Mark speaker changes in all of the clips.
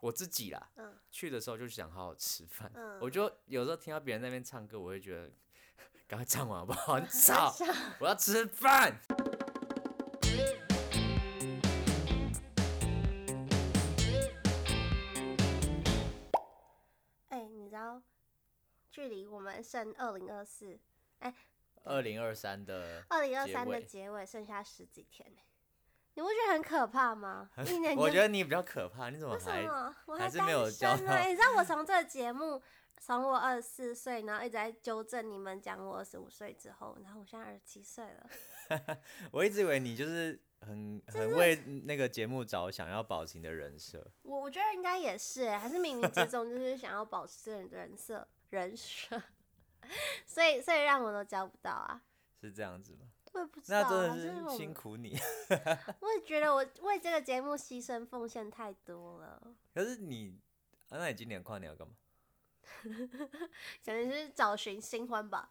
Speaker 1: 我自己啦，
Speaker 2: 嗯
Speaker 1: 去的时候就是想好好吃饭。
Speaker 2: 嗯，
Speaker 1: 我就有时候听到别人在那边唱歌，我会觉得赶快唱完好不好？ 很吵，我要吃饭。
Speaker 2: 哎、你知道，距离我们剩二零二四、
Speaker 1: 二零二三 的，
Speaker 2: 二零二三的
Speaker 1: 结尾
Speaker 2: 结尾剩下十几天呢、你不觉得很可怕吗？一年就
Speaker 1: 我觉得你比较可怕，你怎么
Speaker 2: 为
Speaker 1: 还
Speaker 2: 什么我
Speaker 1: 还是没
Speaker 2: 单
Speaker 1: 有交
Speaker 2: 身
Speaker 1: 到
Speaker 2: 啊？你知道我从这个节目，从我二十四岁，然后一直在纠正你们讲我二十五岁之后，然后我现在二十七岁了。
Speaker 1: 我一直以为你就是很很为那个节目着想，要保持你的人设。
Speaker 2: 我我觉得应该也是欸，还是冥冥之中就是 想要保持人的人设人设， 所以所以让我都交不到啊。
Speaker 1: 是这样子吗？
Speaker 2: 我也不知道、
Speaker 1: 那
Speaker 2: 啊，
Speaker 1: 真
Speaker 2: 就
Speaker 1: 的
Speaker 2: 我
Speaker 1: 是辛苦你。
Speaker 2: 我也觉得我为这个节目牺牲奉献太多了，
Speaker 1: 可是你，啊那你今年跨年要干嘛？
Speaker 2: 可能是找寻新欢吧。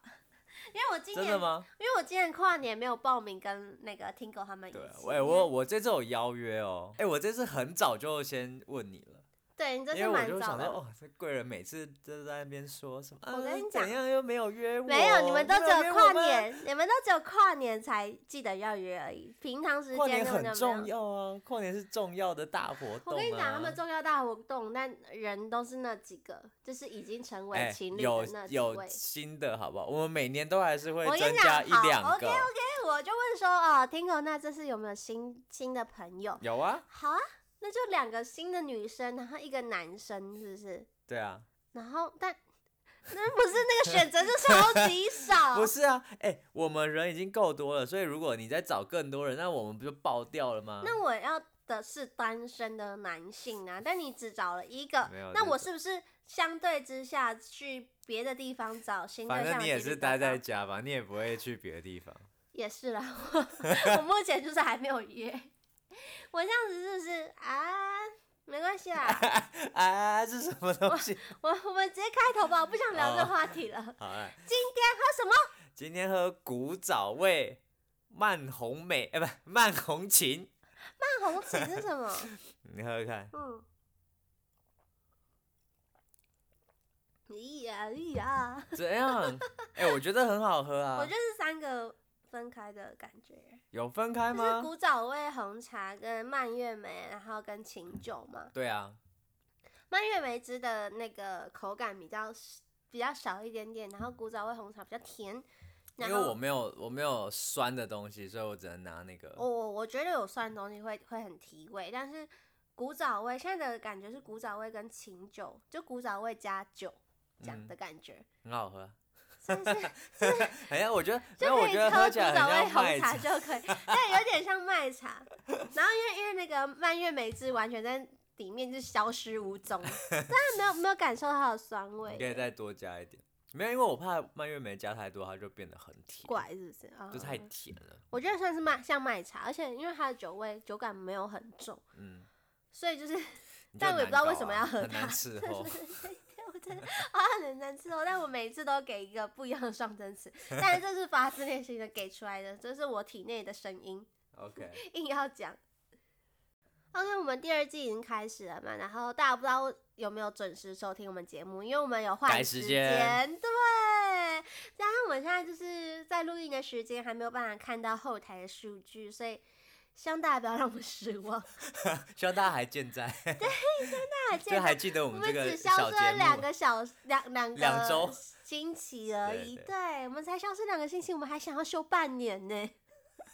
Speaker 2: 因为我今
Speaker 1: 真
Speaker 2: 年，
Speaker 1: 的吗？
Speaker 2: 因为我今年跨年没有报名跟那个听狗他们一起。
Speaker 1: 对啊，喂，我我这次有邀约哦。哎、我这次很早就先问你了，
Speaker 2: 对你这
Speaker 1: 因
Speaker 2: 是
Speaker 1: 为我
Speaker 2: 蛮
Speaker 1: 就
Speaker 2: 早
Speaker 1: 想说，
Speaker 2: 的。
Speaker 1: 哦，这贵人每次都在那边说什么，啊
Speaker 2: 我跟你
Speaker 1: 怎样又没有约我，
Speaker 2: 没有，你们都只
Speaker 1: 没约
Speaker 2: 有
Speaker 1: 我
Speaker 2: 跨
Speaker 1: 吗，
Speaker 2: 年，你们都只有跨年才记得要约而已，平常时
Speaker 1: 跨
Speaker 2: 间
Speaker 1: 年很
Speaker 2: 根本就没有
Speaker 1: 重要啊，跨年是重要的大活动、啊。
Speaker 2: 我跟你讲，他们重要大活动，但人都是那几个，就是已经成为
Speaker 1: 哎
Speaker 2: 情侣
Speaker 1: 有
Speaker 2: 的那几
Speaker 1: 有
Speaker 2: 位。
Speaker 1: 新的好不好？我们每年都还是会
Speaker 2: 我跟
Speaker 1: 增
Speaker 2: 你
Speaker 1: 加
Speaker 2: 讲，
Speaker 1: 一
Speaker 2: 好
Speaker 1: 两
Speaker 2: ，OK
Speaker 1: 个。
Speaker 2: OK，我就问说，哦，听狗，那这次有没有新新的朋友？
Speaker 1: 有啊，
Speaker 2: 好啊，那就两个新的女生，然后一个男生，是不是？
Speaker 1: 对啊，
Speaker 2: 然后但那不是那个选择是超级少，
Speaker 1: 不是啊，哎、我们人已经够多了，所以如果你再找更多人，那我们不就爆掉了吗？
Speaker 2: 那我要的是单身的男性啊，但你只找了一个
Speaker 1: 没有，
Speaker 2: 那
Speaker 1: 这
Speaker 2: 我
Speaker 1: 种
Speaker 2: 是不是相对之下去别的地方找新对
Speaker 1: 反
Speaker 2: 象的几率比较高？
Speaker 1: 正你也是待在家吧，你也不会去别的地方。
Speaker 2: 也是啦，我 我目前就是还没有约。我这样子是不是啊？没关系啦，
Speaker 1: 啊，这是什么东西？
Speaker 2: 我我们直接开头吧，我不想
Speaker 1: 哦
Speaker 2: 聊这个话题了。
Speaker 1: 好了，
Speaker 2: 今天喝什么？
Speaker 1: 今天喝古早味慢红美，哎、不，慢红琴，
Speaker 2: 半红琴是什么？
Speaker 1: 你喝喝看。
Speaker 2: 嗯。咦呀咦呀！
Speaker 1: 怎样？ 哎、我觉得很好喝
Speaker 2: 我
Speaker 1: 啊
Speaker 2: 觉。得是三个分开的感觉，
Speaker 1: 有分开
Speaker 2: 就是
Speaker 1: 吗？
Speaker 2: 古早味红茶跟蔓越莓，然后跟琴酒嘛。
Speaker 1: 对啊，
Speaker 2: 蔓越莓汁的那个口感比较比较少一点点，然后古早味红茶比较甜。
Speaker 1: 因
Speaker 2: 然
Speaker 1: 为
Speaker 2: 后
Speaker 1: 我没有我没有酸的东西，所以我只能拿那个。
Speaker 2: 我我我觉得有酸的东西会会很提味，但是古早味现在的感觉是古早味跟琴酒，就古早味加酒这样的
Speaker 1: 嗯
Speaker 2: 感觉，
Speaker 1: 很好喝。
Speaker 2: 是不是？
Speaker 1: 哎呀，我觉得，没
Speaker 2: 就
Speaker 1: 有，我
Speaker 2: 可
Speaker 1: 觉
Speaker 2: 以
Speaker 1: 得
Speaker 2: 喝
Speaker 1: 喝
Speaker 2: 古
Speaker 1: 起来
Speaker 2: 早味
Speaker 1: 很像
Speaker 2: 红
Speaker 1: 麦
Speaker 2: 茶
Speaker 1: 茶。
Speaker 2: 就 可以，但有点像麦茶。然后因为因为那个蔓越莓汁完全在里面就消失 无踪，但没有没有感受它的酸
Speaker 1: 你可以
Speaker 2: 味，
Speaker 1: 再多加一点，没有，因为我怕蔓越莓加太多，它就变得很甜，
Speaker 2: 怪是不是？啊、
Speaker 1: 就太甜了。
Speaker 2: 我觉得算是麦像麦茶，而且因为它的酒味酒感没有很重，
Speaker 1: 嗯，
Speaker 2: 所以就是
Speaker 1: 你
Speaker 2: 但
Speaker 1: 就
Speaker 2: 我也
Speaker 1: 难
Speaker 2: 不知道为
Speaker 1: 搞
Speaker 2: 什么
Speaker 1: 啊
Speaker 2: 要喝
Speaker 1: 很难
Speaker 2: 它
Speaker 1: 伺候。
Speaker 2: 我真的啊很难吃哦，但我每一次都给一个不一样的双针词，但是这是发自内心的给出来的，这是我体内的声音，
Speaker 1: OK，
Speaker 2: 硬要讲。OK，我们第二季已经开始了嘛，然后大家不知道有没有准时收听我们节目，因为我们有换
Speaker 1: 改时
Speaker 2: 间
Speaker 1: 间
Speaker 2: 对。加上我们现在就是在录音的时间还没有办法看到后台的数据，所以希望大家不要让我们失 望。
Speaker 1: 希望大家还健在，
Speaker 2: 大家
Speaker 1: 就
Speaker 2: 见
Speaker 1: 还记得我
Speaker 2: 我
Speaker 1: 们这
Speaker 2: 们
Speaker 1: 个
Speaker 2: 只消
Speaker 1: 小
Speaker 2: 失
Speaker 1: 节
Speaker 2: 了两
Speaker 1: 目。
Speaker 2: 个小两两个
Speaker 1: 两周
Speaker 2: 星期而已，
Speaker 1: 对对
Speaker 2: 我们才消失两个星期，我们还想要休半年呢。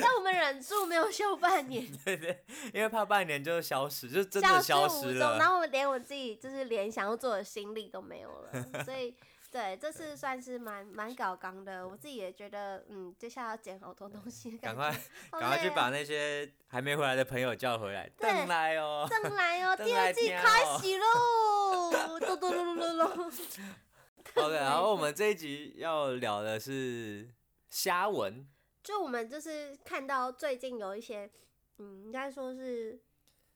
Speaker 2: 但我们忍住没有休半年，
Speaker 1: 对对，因为怕半年就消失，就真
Speaker 2: 消
Speaker 1: 的
Speaker 2: 失
Speaker 1: 消
Speaker 2: 无
Speaker 1: 失
Speaker 2: 踪，然
Speaker 1: 了。
Speaker 2: 后我连我自己就是连想要做的心力都没有了，所以对这次算是蛮蛮搞纲的，我自己也觉得嗯，接下来要剪好多东西，
Speaker 1: 赶快，
Speaker 2: 好
Speaker 1: 赶快去
Speaker 2: 累哦
Speaker 1: 把那些还没回来的朋友叫回来，
Speaker 2: 对
Speaker 1: 邓来哦。
Speaker 2: 正来哦，
Speaker 1: 邓
Speaker 2: 第二
Speaker 1: 来
Speaker 2: 季
Speaker 1: 听哦
Speaker 2: 开始喽，嘟嘟 噜噜噜噜。
Speaker 1: OK，然后我们这一集要聊的是虾文，
Speaker 2: 就我们就是看到最近有一些，嗯，应该说是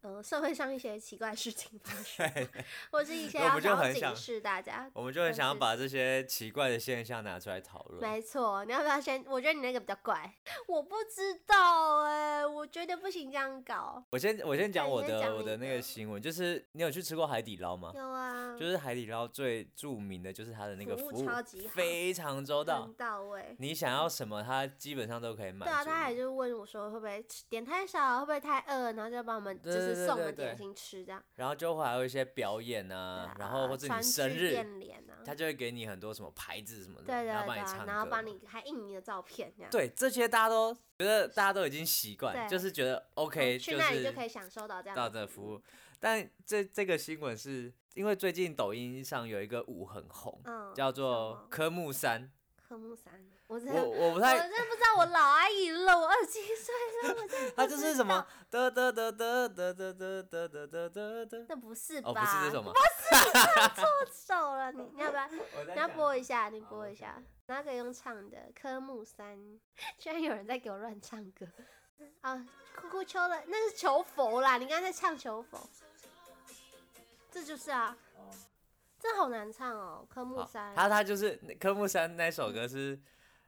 Speaker 2: 呃社会上一些奇怪的事情发生，
Speaker 1: 对，
Speaker 2: 或是一些
Speaker 1: 我
Speaker 2: 要
Speaker 1: 们就
Speaker 2: 想要
Speaker 1: 很
Speaker 2: 警
Speaker 1: 想
Speaker 2: 示大家。
Speaker 1: 我们就很
Speaker 2: 就
Speaker 1: 想要
Speaker 2: 是
Speaker 1: 把这些奇怪的现象拿出来讨论。
Speaker 2: 没错，你要不要先？我觉得你那个比较怪，我不知道哎、我觉得不行这样搞。
Speaker 1: 我先我先讲
Speaker 2: 你
Speaker 1: 我
Speaker 2: 先讲
Speaker 1: 的我
Speaker 2: 你
Speaker 1: 的那
Speaker 2: 的
Speaker 1: 个新闻，就是你有去吃过海底捞吗？
Speaker 2: 有啊，
Speaker 1: 就是海底捞最著名的就是它的那个
Speaker 2: 服
Speaker 1: 服
Speaker 2: 务
Speaker 1: 务
Speaker 2: 超级好
Speaker 1: 非常周到
Speaker 2: 很，到位。
Speaker 1: 你想要什么它基本上都可以满
Speaker 2: 对啊，
Speaker 1: 足
Speaker 2: 他还
Speaker 1: 你。
Speaker 2: 就是问我说会不会吃点太少，会不会太饿，然后就帮我们就
Speaker 1: 对
Speaker 2: 是
Speaker 1: 对对
Speaker 2: 送我
Speaker 1: 对
Speaker 2: 们点
Speaker 1: 对
Speaker 2: 心吃这样。
Speaker 1: 然后就会还有一些表演啊，然后或者你生日，
Speaker 2: 变脸啊，
Speaker 1: 他就会给你很多什么牌子什么的，
Speaker 2: 对对对
Speaker 1: 然后帮你
Speaker 2: 啊，
Speaker 1: 唱
Speaker 2: 然后
Speaker 1: 歌
Speaker 2: 帮
Speaker 1: 嘛
Speaker 2: 你还印你的照片这样。哦
Speaker 1: 对这些大家都觉得大家都已经习惯，就
Speaker 2: 对
Speaker 1: 是觉得 OK，、
Speaker 2: 嗯去
Speaker 1: 就
Speaker 2: 那里
Speaker 1: 是
Speaker 2: 就可以享受到这样
Speaker 1: 到
Speaker 2: 的
Speaker 1: 的服务。但这这个新闻是因为最近抖音上有一个舞很红，
Speaker 2: 嗯，
Speaker 1: 叫
Speaker 2: 么
Speaker 1: 做科目三，
Speaker 2: 科目三，我真
Speaker 1: 我
Speaker 2: 的。
Speaker 1: 我不
Speaker 2: 我
Speaker 1: 太
Speaker 2: 真，的不知道，我老阿姨了，我二十七岁了，我真的
Speaker 1: 它
Speaker 2: 不
Speaker 1: 就
Speaker 2: 知
Speaker 1: 是什么
Speaker 2: 道？
Speaker 1: 得得得得得得得得得得得得，
Speaker 2: 那不是吧？
Speaker 1: 哦，不是这首吗？
Speaker 2: 瘦了， 你你要不要？你
Speaker 1: 我在
Speaker 2: 要
Speaker 1: 想
Speaker 2: 播一下，你
Speaker 1: 好
Speaker 2: 播
Speaker 1: 我
Speaker 2: 一
Speaker 1: 想
Speaker 2: 下，然后可以用唱的科目三， 居然有人在给我乱唱歌 啊！哭哭求了，那是求佛啦，你刚才在唱求佛，这就是啊，这好难唱哦，科目
Speaker 1: 哦好
Speaker 2: 三，嗯
Speaker 1: 他他就是科目三那首歌是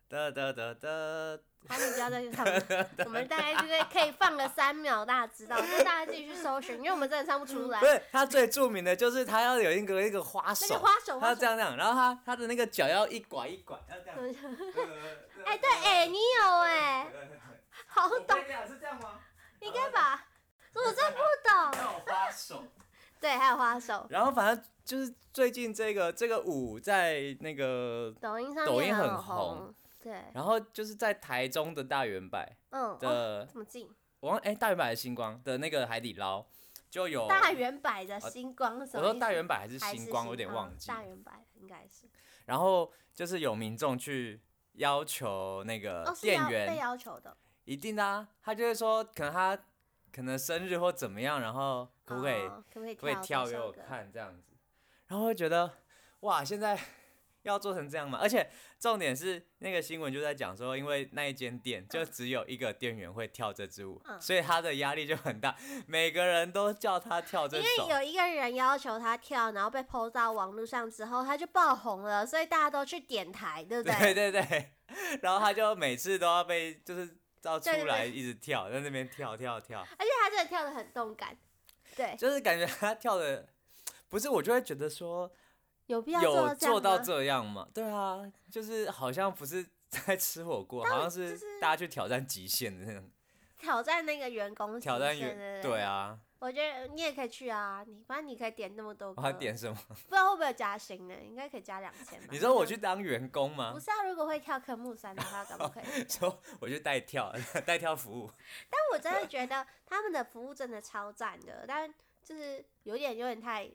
Speaker 1: 得得得得，
Speaker 2: 好，你不要再 唱了，我们大概就是可以放个三秒，大家知道，就大家自己去搜寻，因为我们真的唱不出来
Speaker 1: 不。是他最著名的就是他要有一个一个花
Speaker 2: 那个
Speaker 1: 手
Speaker 2: 花，手，
Speaker 1: 他
Speaker 2: 花
Speaker 1: 要这
Speaker 2: 手，
Speaker 1: 样这样，然后他他的那个脚要一拐一拐，要这样。
Speaker 2: 嗯 哎，对，哎，你有 哎， 好懂，
Speaker 1: 讲是这样吗？
Speaker 2: 应该吧？我真不懂。
Speaker 1: 有花手。
Speaker 2: 对，还有花手，
Speaker 1: 然后反正就是最近这个这个舞在那个，
Speaker 2: 抖音上
Speaker 1: 抖
Speaker 2: 面
Speaker 1: 音很
Speaker 2: 很
Speaker 1: 红。
Speaker 2: 对，
Speaker 1: 然后就是在台中的大圆柏
Speaker 2: 嗯，哦，
Speaker 1: 的，
Speaker 2: 这么近？
Speaker 1: 我忘哎、大圆柏还是星光的那个海底捞就有，
Speaker 2: 大圆柏的星光是什
Speaker 1: 呃我
Speaker 2: 么意思，
Speaker 1: 说大圆柏还是
Speaker 2: 还是
Speaker 1: 星光，我有点
Speaker 2: 哦
Speaker 1: 忘记。
Speaker 2: 大圆柏应该是
Speaker 1: 然后就是有民众去要求那个
Speaker 2: 哦，是
Speaker 1: 店
Speaker 2: 要被
Speaker 1: 员，
Speaker 2: 要求的，
Speaker 1: 一定的啊，他就会说可能他可能生日或怎么样，然后可不可以、
Speaker 2: 哦可不可以
Speaker 1: 可不可以跳给
Speaker 2: 这首
Speaker 1: 我
Speaker 2: 歌？
Speaker 1: 看这样子，然后会觉得哇，现在 要做成这样嘛，而且重点是那个新闻就在讲说，因为那一间店就只有一个店员会跳这支舞，
Speaker 2: 嗯
Speaker 1: 所以他的压力就很大，每个人都叫他跳这
Speaker 2: 因
Speaker 1: 首
Speaker 2: 为。有一个人要求他跳，然后被 PO 到网络上之后，他就爆红了，所以大家都去点台，对不
Speaker 1: 对对对， 然后他就每次都要被就是到出
Speaker 2: 对对对哎
Speaker 1: 来一直跳，在那边跳跳跳，
Speaker 2: 而且他真的跳的很动感，对，
Speaker 1: 就是感觉他跳的不是，我就会觉得说
Speaker 2: 有必要
Speaker 1: 有
Speaker 2: 到这
Speaker 1: 做
Speaker 2: 样
Speaker 1: 到
Speaker 2: 吗
Speaker 1: 这样吗？对啊，就是好像不是 在吃火锅，好像是
Speaker 2: 是
Speaker 1: 大家去挑战极限的那种
Speaker 2: 挑战那个员工
Speaker 1: 挑
Speaker 2: 极
Speaker 1: 战
Speaker 2: 限
Speaker 1: 远。
Speaker 2: 对
Speaker 1: 对，啊，
Speaker 2: 我觉得你也可以去啊，你反正你可以点那么多
Speaker 1: 我
Speaker 2: 歌，
Speaker 1: 还点什么？
Speaker 2: 不知道会不会有加薪呢？应该可以加两千吧。
Speaker 1: 你说我
Speaker 2: 这
Speaker 1: 去
Speaker 2: 样？
Speaker 1: 当员工吗
Speaker 2: 不？是啊，如果会跳科目三的话，可不可以？
Speaker 1: 说我去代跳， 代跳服务。
Speaker 2: 但我真的觉得他们的服务真的超赞的，但就是有点有点太，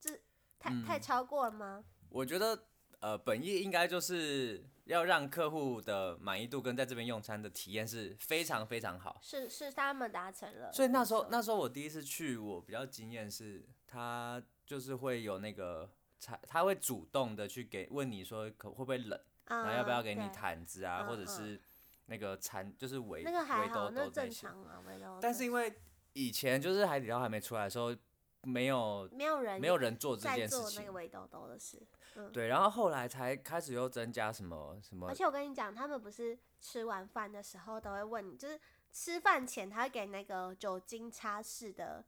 Speaker 2: 就是太、太
Speaker 1: 嗯
Speaker 2: 超过了吗？
Speaker 1: 我觉得呃，本意应该就是要让客户的满意度跟在这边用餐的体验是非常非常好。
Speaker 2: 是是他们达成了，
Speaker 1: 所以那时候
Speaker 2: 没错
Speaker 1: 那时候我第一次去，我比较惊艳是，他就是会有那个。他他会主动的去给问你说可会不会冷，然后要不要
Speaker 2: 嗯
Speaker 1: 给你
Speaker 2: 对
Speaker 1: 毯子啊，
Speaker 2: 嗯
Speaker 1: 或者
Speaker 2: 嗯
Speaker 1: 是那个缠就是围
Speaker 2: 那个还
Speaker 1: 围
Speaker 2: 好，
Speaker 1: 兜
Speaker 2: 那
Speaker 1: 兜
Speaker 2: 正
Speaker 1: 些。
Speaker 2: 常啊，围兜。
Speaker 1: 但是因
Speaker 2: 为
Speaker 1: 为以前就是海底捞还没出来的时候，没有
Speaker 2: 没有人
Speaker 1: 没有人做这
Speaker 2: 在
Speaker 1: 件事
Speaker 2: 做那
Speaker 1: 情
Speaker 2: 个，围兜兜的事，嗯。
Speaker 1: 对，然后后来才开始又增加什么什么
Speaker 2: 而且我跟你讲，他们不是吃完饭的时候都会问你，就是吃饭前他会给那个酒精擦拭的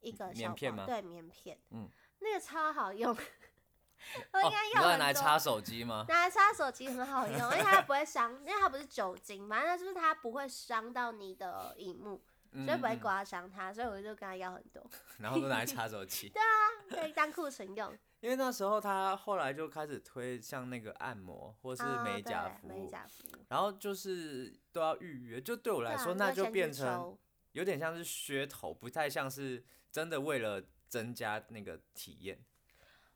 Speaker 2: 一个
Speaker 1: 棉
Speaker 2: 小
Speaker 1: 片
Speaker 2: 包
Speaker 1: 吗
Speaker 2: 对，棉片，
Speaker 1: 嗯，
Speaker 2: 那个超好用， 我
Speaker 1: 哦，
Speaker 2: 应
Speaker 1: 你
Speaker 2: 该
Speaker 1: 知
Speaker 2: 用
Speaker 1: 道
Speaker 2: 很
Speaker 1: 拿来
Speaker 2: 多
Speaker 1: 擦手机 吗？
Speaker 2: 拿来擦手其实 很好用，因为它不会伤，因为它不是酒精嘛，那就是它不会伤到你的荧幕，所以不会
Speaker 1: 嗯嗯嗯嗯
Speaker 2: 刮伤它，所以我就跟他要很多，
Speaker 1: 然后都拿来擦手 机。
Speaker 2: 啊可以当库存用。
Speaker 1: 因为那时候他后来就开始推像那个按摩 或是
Speaker 2: 啊
Speaker 1: 美甲
Speaker 2: 对
Speaker 1: 服
Speaker 2: 美
Speaker 1: 务，
Speaker 2: 甲服务。
Speaker 1: 然后就是都要预约。就对我
Speaker 2: 对
Speaker 1: 来
Speaker 2: 啊
Speaker 1: 说，
Speaker 2: 你
Speaker 1: 那
Speaker 2: 会
Speaker 1: 就
Speaker 2: 先去
Speaker 1: 变成
Speaker 2: 抽
Speaker 1: 有点像是噱头，不太像是真的为了增加那个体验。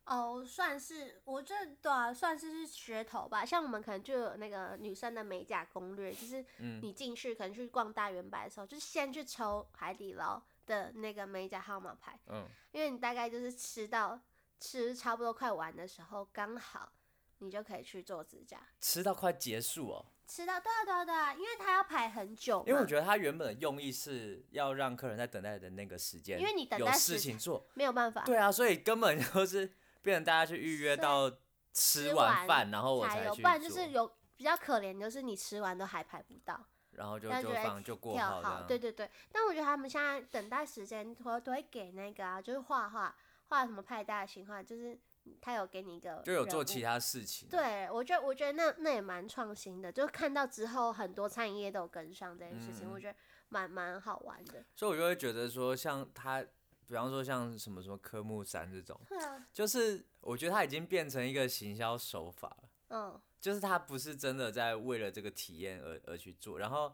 Speaker 2: 哦，算是我这对啊，算是是噱头吧。像我们可能就有那个女生的美甲攻略，就是
Speaker 1: 嗯，
Speaker 2: 你进去可能去逛大圆百的时候，就是先去抽海底捞的那个美甲号码牌，
Speaker 1: 嗯，
Speaker 2: 因为你大概就是吃到吃差不多快完的时候，刚好你就可以去做指甲。
Speaker 1: 吃到快结束哦，
Speaker 2: 吃到对啊对啊对啊，因为它要排很久嘛。
Speaker 1: 因为我觉得他原本的用意是要让客人在等待的那个时间，
Speaker 2: 因为你等
Speaker 1: 有
Speaker 2: 待时
Speaker 1: 事情做，
Speaker 2: 没有办法，
Speaker 1: 对啊，所以根本就是变成大家去预约
Speaker 2: 是
Speaker 1: 到吃
Speaker 2: 吃
Speaker 1: 完
Speaker 2: 完
Speaker 1: 饭，然后我
Speaker 2: 才有，
Speaker 1: 去
Speaker 2: 不然就
Speaker 1: 做
Speaker 2: 是有比较可怜，就是你吃完都还排不到，
Speaker 1: 然后就
Speaker 2: 那
Speaker 1: 就
Speaker 2: 就来哎
Speaker 1: 放就过
Speaker 2: 跳
Speaker 1: 号这
Speaker 2: 号。
Speaker 1: 样，
Speaker 2: 对对对，但我觉得他们现在等待时间都都会给那个啊，就是画画画什么派大星画，就是他有给你一个
Speaker 1: 就有
Speaker 2: 人
Speaker 1: 做
Speaker 2: 物
Speaker 1: 其他事情，，啊
Speaker 2: 对，我觉得我觉得那那也蛮创新的，就是看到之后很多餐饮业都有跟上这件事
Speaker 1: 嗯
Speaker 2: 情，我觉得蛮蛮好玩的。
Speaker 1: 所以我就会觉得说，像他，比方说像什么什么科目三这种，
Speaker 2: 对啊，
Speaker 1: 就是我觉得他已经变成一个行销手法了，
Speaker 2: 嗯，
Speaker 1: 就是他不是真的在为了这个体验而而去做，然后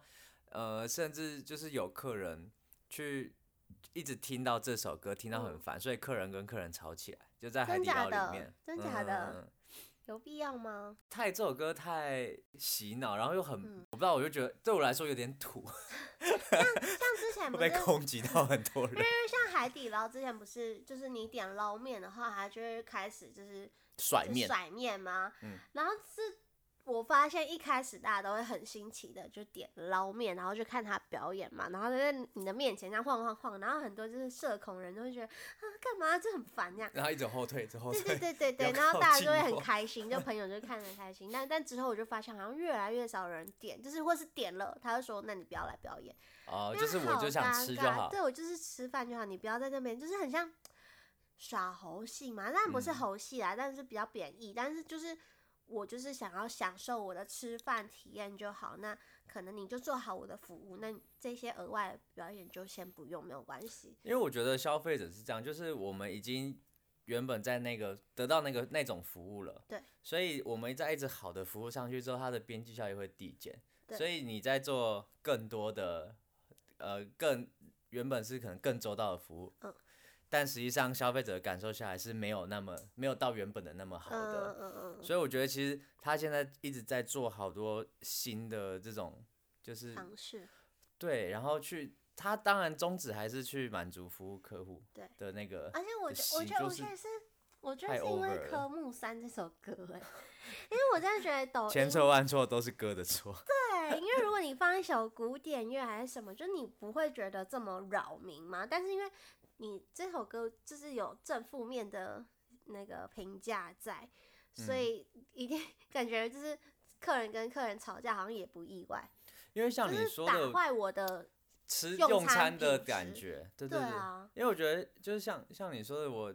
Speaker 1: 呃，甚至就是有客人去一直听到这首歌，听到很
Speaker 2: 嗯
Speaker 1: 烦，所以客人跟客人吵起来，就在海
Speaker 2: 真
Speaker 1: 底
Speaker 2: 假
Speaker 1: 捞
Speaker 2: 的
Speaker 1: 里面，
Speaker 2: 真假的
Speaker 1: 嗯
Speaker 2: 有必要吗？
Speaker 1: 太这首歌太洗脑，然后又很、
Speaker 2: 嗯
Speaker 1: 我不知道，我就觉得对我来说有点土，
Speaker 2: 像之前
Speaker 1: 会
Speaker 2: 不 是
Speaker 1: 被攻击到很多人。
Speaker 2: 像海底捞之前不是，就是你点捞面的话，它就会开始就是
Speaker 1: 甩
Speaker 2: 就是
Speaker 1: 面，
Speaker 2: 甩面吗？
Speaker 1: 嗯
Speaker 2: 然后是我发现一开始大家都会很新奇的就点捞面，然后就看他表演嘛，然后就在你的面前这样晃晃晃，然后很多就是社恐人都会觉得啊干嘛这很烦这样。
Speaker 1: 然后一直后退，一直后
Speaker 2: 对
Speaker 1: 退。
Speaker 2: 对对对
Speaker 1: 不要
Speaker 2: 对，然后
Speaker 1: 靠
Speaker 2: 大家
Speaker 1: 近
Speaker 2: 就会
Speaker 1: 我
Speaker 2: 很开 心，就朋友就看得很开心。但但之后我就发现，好像越来越少人点，就是或是点了，他就说：“那你不要来表演。
Speaker 1: 哦，
Speaker 2: 因
Speaker 1: 就
Speaker 2: 为
Speaker 1: 是我就想
Speaker 2: 尴
Speaker 1: 吃就
Speaker 2: 尬
Speaker 1: 好。
Speaker 2: 对我就是吃饭就好，你不要在那边，就是很像耍猴戏嘛。当然不是
Speaker 1: 嗯
Speaker 2: 猴戏啦，但是比较贬义。但是就是我就是想要享受我的吃饭体验就好。那可能你就做好我的服务，那这些额外的表演就先不用，没有关系。
Speaker 1: 因为我觉得消费者是这样，就是我们已经原本在那个得到那个那种服务了，
Speaker 2: 对，
Speaker 1: 所以我们在一直好的服务上去之后，它的边际效益会递减，
Speaker 2: 对
Speaker 1: 所以你在做更多的，呃，更原本是可能更周到的服务，
Speaker 2: 嗯，
Speaker 1: 但实际上消费者感受下来是没有那么没有到原本的那么好
Speaker 2: 嗯
Speaker 1: 的，
Speaker 2: 嗯嗯嗯，
Speaker 1: 所以我觉得其实他现在一直在做好多新的这种。就是
Speaker 2: 尝试
Speaker 1: 对，然后去他当然宗旨还是去满足服务客户
Speaker 2: 对啊
Speaker 1: 的那个，
Speaker 2: 而且我觉我
Speaker 1: 洗
Speaker 2: 觉得
Speaker 1: 呃就
Speaker 2: 我
Speaker 1: 是
Speaker 2: 觉得是，我觉
Speaker 1: 太
Speaker 2: 得是因
Speaker 1: over
Speaker 2: 为
Speaker 1: 了
Speaker 2: 科目三这首歌哎、 因为我真的觉得抖
Speaker 1: 千
Speaker 2: 音
Speaker 1: 错万错都是哥的错。
Speaker 2: 对，因为如果你放一首古典乐还是什么，就你不会觉得这么扰民嘛。但是因为你这首歌就是有正负面的那个评价在，所
Speaker 1: 嗯
Speaker 2: 以一定感觉就是客人跟客人吵架好像也不意外，
Speaker 1: 因为像
Speaker 2: 就
Speaker 1: 你
Speaker 2: 是
Speaker 1: 说
Speaker 2: 打
Speaker 1: 的
Speaker 2: 坏我的
Speaker 1: 吃
Speaker 2: 用
Speaker 1: 用
Speaker 2: 餐
Speaker 1: 餐的
Speaker 2: 品
Speaker 1: 感
Speaker 2: 质
Speaker 1: 觉，对
Speaker 2: 对
Speaker 1: 对。
Speaker 2: 啊，
Speaker 1: 因为我觉得就是像像你说的，我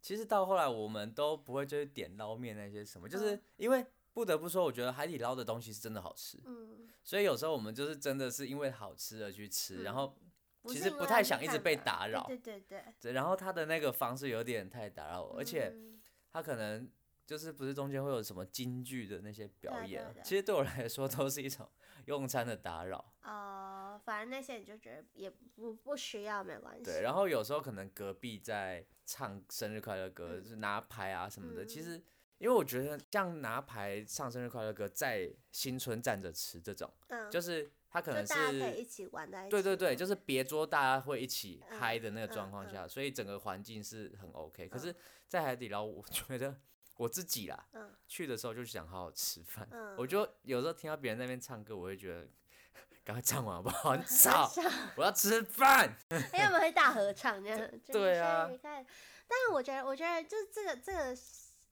Speaker 1: 其实到后来我们都不会就是点捞面那些什么，就是
Speaker 2: 嗯
Speaker 1: 因为不得不说，我觉得海底捞的东西是真的好吃，
Speaker 2: 嗯，
Speaker 1: 所以有时候我们就是真的是因为好吃而去吃，然
Speaker 2: 嗯
Speaker 1: 后
Speaker 2: 不
Speaker 1: 其
Speaker 2: 是
Speaker 1: 实
Speaker 2: 因
Speaker 1: 不
Speaker 2: 为
Speaker 1: 太
Speaker 2: 要去
Speaker 1: 想一直
Speaker 2: 看
Speaker 1: 被
Speaker 2: 的
Speaker 1: 打扰
Speaker 2: 对对对对，
Speaker 1: 然后他的那个方式有点太打扰我，而且。
Speaker 2: 嗯
Speaker 1: 他可能就是不是中间会有什么京剧的那些表
Speaker 2: 对
Speaker 1: 演啊
Speaker 2: 对，对
Speaker 1: 其实对我来说都是一种用餐的打扰。
Speaker 2: 呃，反正那些你就觉得也不不需要，没关系。
Speaker 1: 对，然后有时候可能隔壁在唱生日快乐歌，
Speaker 2: 嗯
Speaker 1: 就是拿牌啊什么的。其
Speaker 2: 嗯
Speaker 1: 实因为我觉得像拿牌唱生日快乐歌，在新村站着吃这种，
Speaker 2: 嗯，
Speaker 1: 就
Speaker 2: 就是
Speaker 1: 他可能
Speaker 2: 大家可以
Speaker 1: 是。
Speaker 2: 一起玩在一起嘛。
Speaker 1: 对对对，就是别桌大家会一起
Speaker 2: 嗯
Speaker 1: 嗨的那个状
Speaker 2: 嗯
Speaker 1: 况
Speaker 2: 嗯
Speaker 1: 下，所以整个环境是很 OK。可
Speaker 2: 嗯
Speaker 1: 是，在海底捞，我觉得我自己啦，
Speaker 2: 嗯
Speaker 1: 去的时候就想好好吃饭，
Speaker 2: 嗯
Speaker 1: 我就有时候听到别人在那边唱歌，我会觉得 赶快唱完好不好？很 吵， 我要吃饭。
Speaker 2: 哎，我们会大合唱这样。就是
Speaker 1: 对啊
Speaker 2: 生日快乐但我觉得，我觉得就是这个这个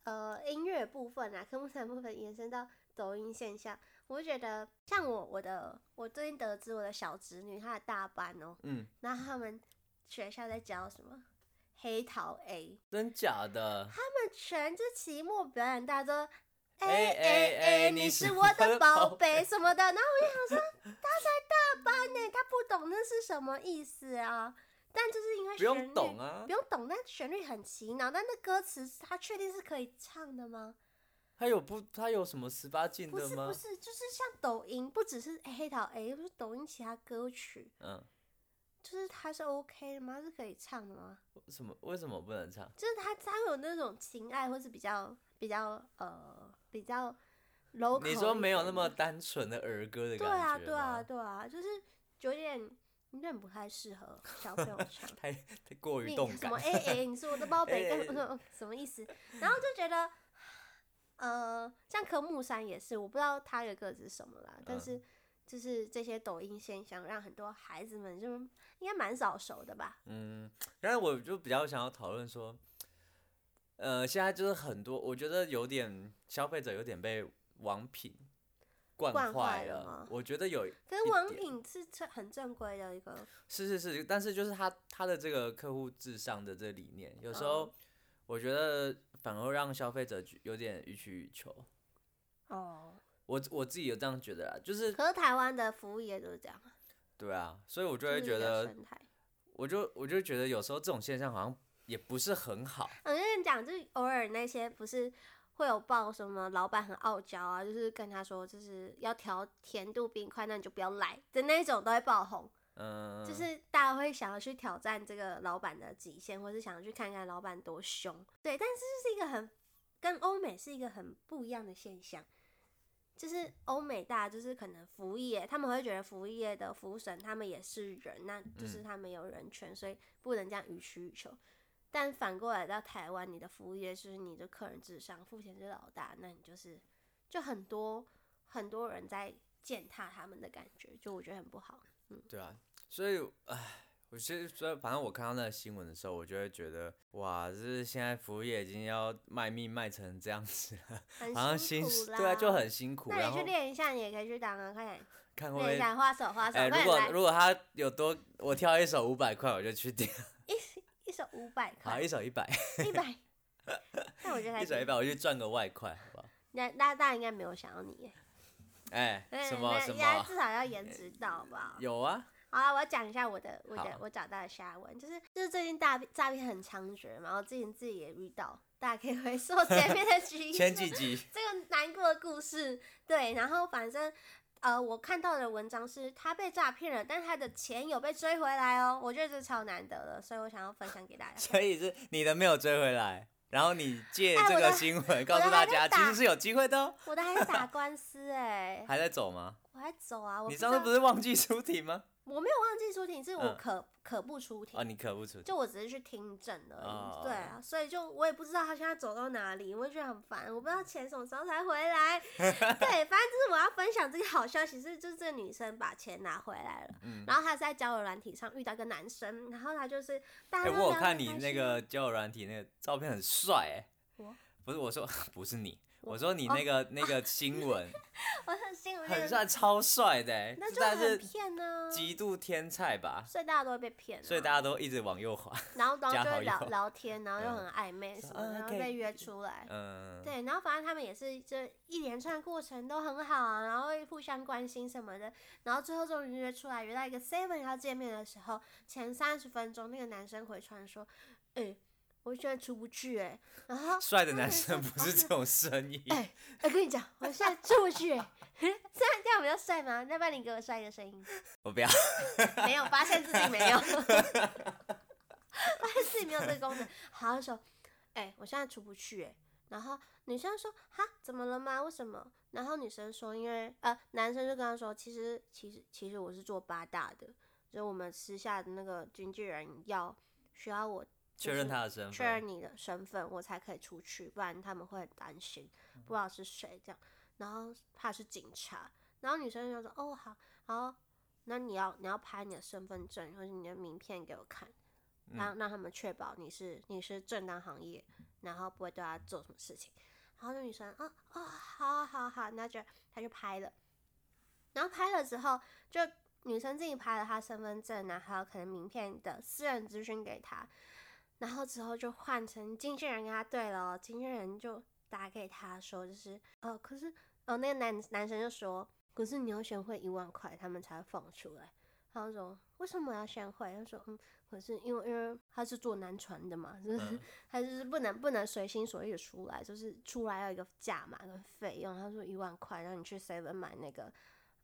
Speaker 2: 呃音乐部分啊，科目三部分延伸到抖音现象，我就觉得像我我的我最近得知我的小侄女她的大班哦，
Speaker 1: 嗯，
Speaker 2: 然后他们学校在教什么黑桃 A，
Speaker 1: 真假的？
Speaker 2: 他们全就期末表演，大家都。哎
Speaker 1: 哎哎
Speaker 2: 哎
Speaker 1: 哎
Speaker 2: 哎，
Speaker 1: 你
Speaker 2: 你
Speaker 1: 是
Speaker 2: 是我
Speaker 1: 我的
Speaker 2: 的
Speaker 1: 宝
Speaker 2: 宝贝什么的，然后我就想说，他才大班呢，他不懂那是什么意思啊？但就是因为
Speaker 1: 不
Speaker 2: 旋
Speaker 1: 用
Speaker 2: 律
Speaker 1: 懂啊
Speaker 2: 不，用懂，但旋律很洗脑，但那歌词他确定是可以唱的吗？
Speaker 1: 他有不他有什么十八禁
Speaker 2: 不
Speaker 1: 的
Speaker 2: 是
Speaker 1: 吗
Speaker 2: 不？是，就是像抖音，不只是黑桃 A，不是抖音其他歌曲，
Speaker 1: 嗯，
Speaker 2: 就是它是 OK 的吗？它是可以唱的吗？
Speaker 1: 什么为什么不能唱？
Speaker 2: 就是它它会有那种情爱，或是比较比较呃比较 low。
Speaker 1: 你说没有那么单纯的儿歌的感
Speaker 2: 对
Speaker 1: 觉
Speaker 2: 啊对
Speaker 1: 吗
Speaker 2: 啊对啊，就是有点有点不太适合小朋友 唱。
Speaker 1: 太太过于
Speaker 2: 你
Speaker 1: 动
Speaker 2: 什
Speaker 1: 感
Speaker 2: 么。哎哎，你是我的宝贝，
Speaker 1: 哎
Speaker 2: 干什么什么意思？然后就觉得呃，像科目三也是，我不知道它的个子是什么啦，但
Speaker 1: 嗯
Speaker 2: 是就是这些抖音现象，让很多孩子们就应该蛮早熟的吧？
Speaker 1: 嗯，然而我就比较想要讨论说，呃，现在就是很多，我觉得有点消费者有点被网品惯
Speaker 2: 惯坏
Speaker 1: 坏
Speaker 2: 了吗
Speaker 1: 我觉得有
Speaker 2: 可是
Speaker 1: 一
Speaker 2: 王
Speaker 1: 点
Speaker 2: 品是正很正规的一个，
Speaker 1: 是是是，但是就是他他的这个客户至上的这理念，有时候
Speaker 2: 哦
Speaker 1: 我觉得反而会让消费者去有点予取予求。
Speaker 2: 哦，
Speaker 1: 我我自己有这样觉得啦，就是
Speaker 2: 可是台湾的服务业都是这样，
Speaker 1: 对啊，所以我就
Speaker 2: 就
Speaker 1: 会
Speaker 2: 是一
Speaker 1: 觉
Speaker 2: 个
Speaker 1: 得，
Speaker 2: 生态。
Speaker 1: 我就我就觉得有时候这种现象好像也不是很好。
Speaker 2: 我嗯跟你讲，就是偶尔那些不是会有报什么老板很傲娇啊，就是跟他说就是要调甜度冰块，那你就不要来的那一种都会爆红，
Speaker 1: 嗯，
Speaker 2: 就是大家会想要去挑战这个老板的极限，或是想要去看看老板多凶。对，但是这是一个很跟欧美是一个很不一样的现象。就是欧美大，就是可能服务业，他们会觉得服务业的服务生他们也是人，那就是他们有人权，所以不能这样予取予求。但反过来到台湾，你的服务业就是你的客人至上，付钱是老大，那你就是就很多很多人在践踏他们的感觉，就我觉得很不好。
Speaker 1: 对啊，所以唉，我其实所以反正我看到那个新闻的时候，我就会觉得哇，就是现在服务业已经要卖命卖成这样子了，
Speaker 2: 很
Speaker 1: 好像
Speaker 2: 辛
Speaker 1: 辛
Speaker 2: 苦
Speaker 1: 死
Speaker 2: 啦。
Speaker 1: 对啊，就很辛苦。
Speaker 2: 那
Speaker 1: 然
Speaker 2: 你
Speaker 1: 后
Speaker 2: 去练一下，你也可以去当啊，快点
Speaker 1: 看会不
Speaker 2: 练一
Speaker 1: 会
Speaker 2: 下，花手花手，
Speaker 1: 哎、
Speaker 2: 快
Speaker 1: 如
Speaker 2: 点
Speaker 1: 果
Speaker 2: 来，
Speaker 1: 如果他有多，我挑一首五百块，我就去 点。
Speaker 2: 一手五百
Speaker 1: 好，
Speaker 2: 块，
Speaker 1: 一首一 百，
Speaker 2: 一百。那我觉得还
Speaker 1: 一首一
Speaker 2: 行
Speaker 1: 百，，我去赚个外快，好不好？
Speaker 2: 那那大家应该没有想要你耶，
Speaker 1: 哎、
Speaker 2: 那
Speaker 1: 什么
Speaker 2: 那
Speaker 1: 什
Speaker 2: 应该
Speaker 1: 么，
Speaker 2: 至少要颜值到 吧。
Speaker 1: 有 啊，
Speaker 2: 好啊，我要讲一下我的我的
Speaker 1: 好
Speaker 2: 我找到的下文，就是就是最近大诈骗很猖獗嘛，我之前自己也遇到，大家可以回溯前面的 集
Speaker 1: 前
Speaker 2: 数
Speaker 1: 几 集，
Speaker 2: 这个难过的故事，对，然后反正呃，我看到的文章是他被诈骗了，但他的钱有被追回来哦，我觉得这超难得的，所以我想要分享给大家。
Speaker 1: 所以是你的没有追回来，然后你借
Speaker 2: 哎
Speaker 1: 这
Speaker 2: 我
Speaker 1: 个
Speaker 2: 的
Speaker 1: 新闻 告诉
Speaker 2: 还
Speaker 1: 大
Speaker 2: 在
Speaker 1: 家，其
Speaker 2: 打
Speaker 1: 实是有机会的、哦。
Speaker 2: 我的还在打官司哎、
Speaker 1: 还在走吗？
Speaker 2: 我还走啊，我
Speaker 1: 你
Speaker 2: 知道
Speaker 1: 上次不是忘记出题 吗？
Speaker 2: 我没有忘记出庭，是我
Speaker 1: 嗯
Speaker 2: 可、可不出庭
Speaker 1: 哦，。你可不出题。
Speaker 2: 就我只是去听诊而已，
Speaker 1: 哦
Speaker 2: 对啊，所以就我也不知道他现在走到哪里，我就觉得很烦，我不知道钱什么时候才回来。 对，反正就是我要分享这个好消息是，就是这个女生把钱拿回来了，
Speaker 1: 嗯
Speaker 2: 然后她在交友软体上遇到一个男生，然后她就是大
Speaker 1: 哎、
Speaker 2: 家
Speaker 1: 我
Speaker 2: 都
Speaker 1: 有
Speaker 2: 聊得
Speaker 1: 看
Speaker 2: 很
Speaker 1: 你
Speaker 2: 开
Speaker 1: 那
Speaker 2: 心
Speaker 1: 个交友软体那个照片很帅哎、
Speaker 2: 我
Speaker 1: 不是我说 不是你，
Speaker 2: 我哦
Speaker 1: 我说你那个、那个新闻
Speaker 2: 我很新闻
Speaker 1: 很，帅，超帅的哎、
Speaker 2: 那
Speaker 1: 这
Speaker 2: 就
Speaker 1: 大概
Speaker 2: 很
Speaker 1: 是
Speaker 2: 骗呢、
Speaker 1: 极度天才吧，
Speaker 2: 所以大家都会被骗、啊，
Speaker 1: 所以大家都一直往右滑。
Speaker 2: 然后然后
Speaker 1: 加
Speaker 2: 就
Speaker 1: 好
Speaker 2: 会聊
Speaker 1: 友
Speaker 2: 聊天，然后又
Speaker 1: 嗯
Speaker 2: 很暧昧什么的，
Speaker 1: 嗯
Speaker 2: 然后
Speaker 1: 可以
Speaker 2: 被约出来，
Speaker 1: 嗯，
Speaker 2: 对，然后反正他们也是这一连串的过程都很好啊，然后会互相关心什么的，然后最后终于约出来，约到一个 seven 要见面的时候，前三十分钟那个男生回传说，哎、我现在出不去哎、然后
Speaker 1: 帅的
Speaker 2: 那
Speaker 1: 男
Speaker 2: 男
Speaker 1: 生
Speaker 2: 生
Speaker 1: 不
Speaker 2: 哦
Speaker 1: 是这种声音，
Speaker 2: 哎我跟你讲，我现在出不去哎、 虽然这样比较帅嘛，要不然你给我帅一个声音，
Speaker 1: 我不要。
Speaker 2: 没有发现自己没有， 发现自己没有这个功能，好像说，哎、我现在出不去哎、然后女生说：“哈，怎么了吗？为什么？”然后女生说：“因为呃，男生就跟她说，其实其实其实我是做八大的，就我们私下的那个经纪人要需要我
Speaker 1: 确认他的身
Speaker 2: 确
Speaker 1: 份，
Speaker 2: 认你的身份，我才可以出去，不然他们会很担心，不知道是谁这样。然后怕是警察，然后女生就说：“哦，好，好，那你要你要拍你的身份证或者你的名片给我看，
Speaker 1: 嗯
Speaker 2: 让、让他们确保你是你是正当行业，然后不会对他做什么事情。”然后那女生啊啊、好啊好啊好啊，那就她就拍了，然后拍了之后，就女生自己拍了她身份证啊，还有可能名片的私人资讯给她，然后之后就换成经纪人跟他对了哦，经纪人就打给他说，就是哦，可是哦，那个男男生就说，可是你要先汇一万块，他们才会放出来。然后说为什么要先汇？他说嗯，可是因为因为他是做男传的嘛，就是、
Speaker 1: 嗯
Speaker 2: 他就是不能不能随心所欲的出来，就是出来要一个价码跟费用。他说一万块，然后你去 Seven 买那个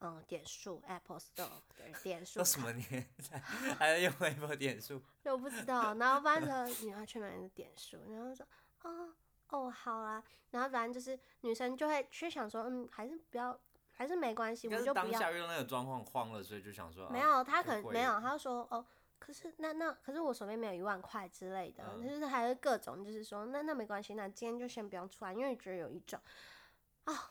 Speaker 2: 嗯点数 Apple Store 的点数
Speaker 1: 都什
Speaker 2: 卡
Speaker 1: 么年代还在用微博点数？
Speaker 2: 我不知道，然后反正就你要去买那个点数，然后说哦哦好啦，然后反正就是女生就会去想说，嗯，还是不要，还是没关系，
Speaker 1: 应该
Speaker 2: 我
Speaker 1: 是
Speaker 2: 就不
Speaker 1: 当
Speaker 2: 要
Speaker 1: 下。遇到那个状况慌了，所以就想说
Speaker 2: 没
Speaker 1: 啊
Speaker 2: 有，他
Speaker 1: 不
Speaker 2: 可能
Speaker 1: 会
Speaker 2: 没
Speaker 1: 有
Speaker 2: 有，他说哦，可是那那可是我手边没有一万块之类的，
Speaker 1: 嗯
Speaker 2: 就是还有各种，就是说那那没关系，那今天就先不用出来，因为觉得有一种啊、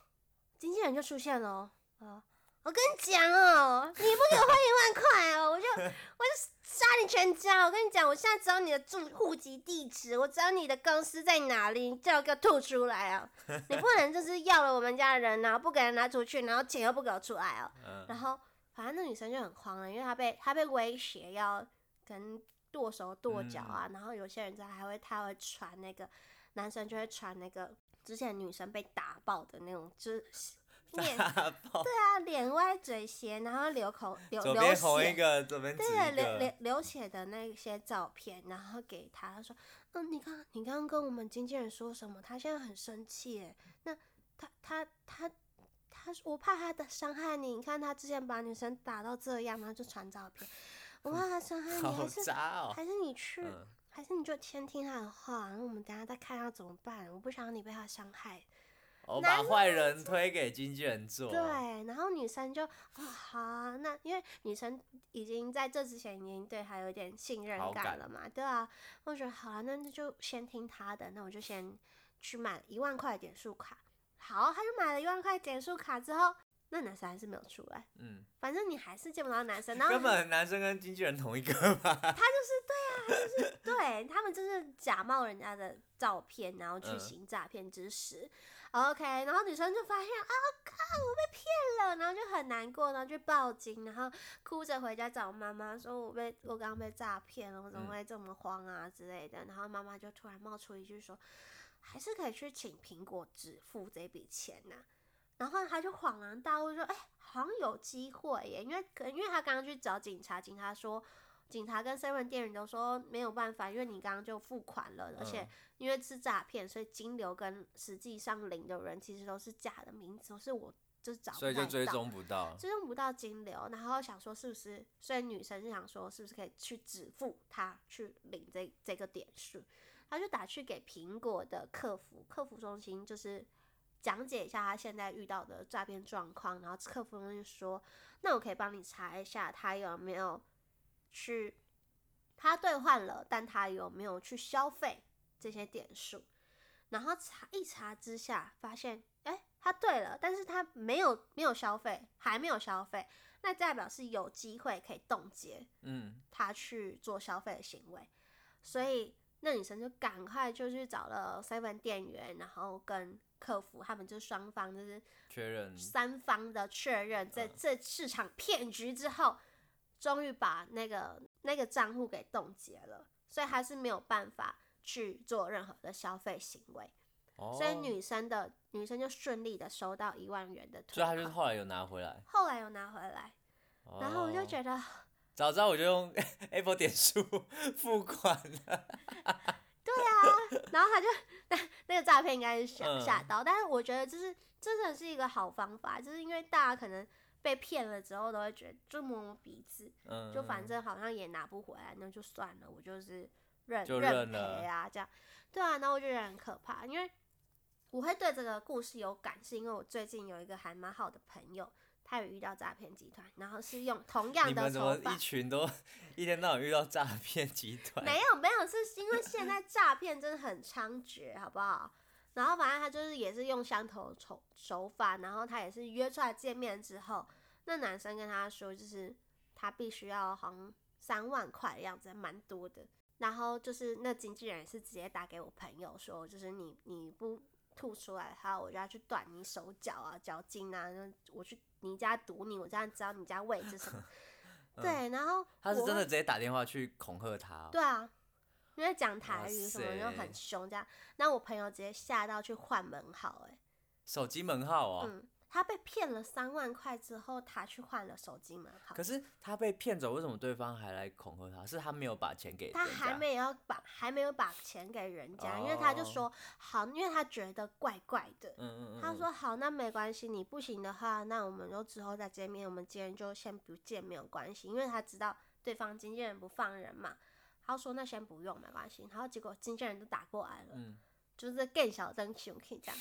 Speaker 2: 经纪人就出现了哦啊。我跟你讲哦，你不给我花一万块哦，我就我就杀你全家！我跟你讲，我现在只要你的住户籍地址，我只要你的公司在哪里，你叫我给我吐出来啊！你不能就是要了我们家的人然后不给人拿出去，然后钱又不给我出来哦。
Speaker 1: 嗯，
Speaker 2: 然后反正那女生就很慌了，啊因为她被她被威胁要跟剁手剁脚啊，
Speaker 1: 嗯
Speaker 2: 然后有些人在还会他会传那个男生就会传那个之前女生被打爆的那种， 就是面
Speaker 1: 大 爆，
Speaker 2: 对啊脸歪嘴斜，然后流口流
Speaker 1: 左
Speaker 2: 流
Speaker 1: 边红一
Speaker 2: 血。
Speaker 1: 个，左边紫
Speaker 2: 对，
Speaker 1: 一
Speaker 2: 流流
Speaker 1: 个，
Speaker 2: 流血的那些照片，然后给他，他说：“嗯，你刚你刚刚跟我们经纪人说什么？他现在很生气耶。那他他他他，我怕他的伤害你。你看他之前把女生打到这样，然后就传照片，我怕他伤害 你，
Speaker 1: 好
Speaker 2: 还是
Speaker 1: 渣哦
Speaker 2: 还，是你去，
Speaker 1: 嗯，
Speaker 2: 还是你就先听他的话，然后我们等下再看要怎么办。我不想让你被他伤害。
Speaker 1: 我
Speaker 2: 哪
Speaker 1: 把坏人推给经纪人做，
Speaker 2: 对，然后女生就啊、好啊，那因为女生已经在这之前已经对他有点信任
Speaker 1: 好
Speaker 2: 感
Speaker 1: 感
Speaker 2: 了嘛，对啊，我觉得好啊，那那就先听他的，那我就先去买一万块点数卡。好，啊他就买了一万块点数卡之后，那男生还是没有出来，
Speaker 1: 嗯，
Speaker 2: 反正你还是见不到男生，然后
Speaker 1: 根本男生跟经纪人同一个 吧，
Speaker 2: 对他们就是假冒人家的照片，然后去
Speaker 1: 嗯
Speaker 2: 行诈骗之实。OK，然后女生就发现啊，靠，我被骗了，然后就很难过，然后就报警，然后哭着回家找妈妈，说我被我刚刚被诈骗了，我怎么
Speaker 1: 嗯
Speaker 2: 会这么慌啊之类的。然后妈妈就突然冒出一句说，还是可以去请苹果支付这笔钱呐、然后他就恍然大悟说：“哎、好像有机会耶，因为可因为他刚刚去找警察，警察说，警察跟 seven 店员都说没有办法，因为你刚刚就付款了，而且
Speaker 1: 嗯
Speaker 2: 因为是诈骗，所以金流跟实际上领的人其实都是假的名字，是我就是找不
Speaker 1: 所以就
Speaker 2: 太
Speaker 1: 追
Speaker 2: 到
Speaker 1: 踪不到，
Speaker 2: 追踪不到金流，然后想说是不是，所以女生就想说是不是可以去指付他去领这这个点数，他就打去给苹果的客服，客服中心就是讲解一下他现在遇到的诈骗状况，然后客服中心说，那我可以帮你查一下他有没有去他兑换了，但他有没有去消费这些点数，然后查一查之下，发现哎、诶他对了，但是他没有没有消费，还没有消费，那代表是有机会可以冻结
Speaker 1: 嗯，
Speaker 2: 他去做消费的行为，所以那女生就赶快就去找了 seven 店员，然后跟客服他们就双方就是
Speaker 1: 确认，
Speaker 2: 三方的确认这
Speaker 1: 嗯
Speaker 2: 这市场骗局之后，终于把那个那个账户给冻结了，所以还是没有办法去做任何的消费行为。
Speaker 1: 哦，
Speaker 2: 所以女生的女生就顺利的收到一万元的退
Speaker 1: 所以他
Speaker 2: 款，
Speaker 1: 就是后来有拿回来，
Speaker 2: 后来又拿回来，然后我就
Speaker 1: 哦
Speaker 2: 觉得，
Speaker 1: 早知道我就用 Apple 点数 付款了。
Speaker 2: 啊 然后他就那那个诈骗应该是吓
Speaker 1: 嗯
Speaker 2: 吓到，但是我觉得就是真的是一个好方法，就是因为大家可能被骗了之后都会觉得就摸摸鼻子，
Speaker 1: 嗯，
Speaker 2: 就反正好像也拿不回来，那就算了，我就是认
Speaker 1: 就认了
Speaker 2: 赔啊，这样，对啊，那我就觉得很可怕，因为我会对这个故事有感，是因为我最近有一个还蛮好的朋友，他也遇到诈骗集团，然后是用同样
Speaker 1: 你
Speaker 2: 的
Speaker 1: 们怎
Speaker 2: 手
Speaker 1: 么
Speaker 2: 法
Speaker 1: 一，群都 一天到晚遇到诈骗集团？
Speaker 2: 没有没有，是因为现在诈骗真的很猖獗，好不好？然后反正他就是也是用相同手手法，然后他也是约出来见面之后，那男生跟他说，就是他必须要好像三万块的样子，蛮多的。然后就是那经纪人也是直接打给我朋友说，就是你你不吐出来的话，我就要去断你手脚啊、脚筋啊，那我去你家堵你，我这样知道你家位置 什么。对，然后
Speaker 1: 他是
Speaker 2: 我
Speaker 1: 真
Speaker 2: 会
Speaker 1: 的直接打电话去恐吓他哦、
Speaker 2: 对啊，因为讲
Speaker 1: 哇
Speaker 2: 台语什么就很
Speaker 1: 塞
Speaker 2: 凶，这样。那我朋友直接吓到去换门号、欸，
Speaker 1: 手机门号哦、
Speaker 2: 嗯，他被骗了三万块之后，他去换了手机门号
Speaker 1: 可，是他被骗走，为什么对方还来恐吓他？是他没有把钱给
Speaker 2: 他
Speaker 1: 人
Speaker 2: 还
Speaker 1: 家
Speaker 2: 没有把还没有把钱给人家，因为他就
Speaker 1: 哦
Speaker 2: 说好，因为他觉得怪怪的。
Speaker 1: 嗯嗯嗯，
Speaker 2: 他
Speaker 1: 嗯
Speaker 2: 说好，那没关系，你不行的话，那我们就之后再见面。我们今天就先不见，没有关系，因为他知道对方经纪人不放人嘛。他说那先不用，没关系。然后结果经纪人就打过来了，
Speaker 1: 嗯
Speaker 2: 就是更小灯熊 K 这样，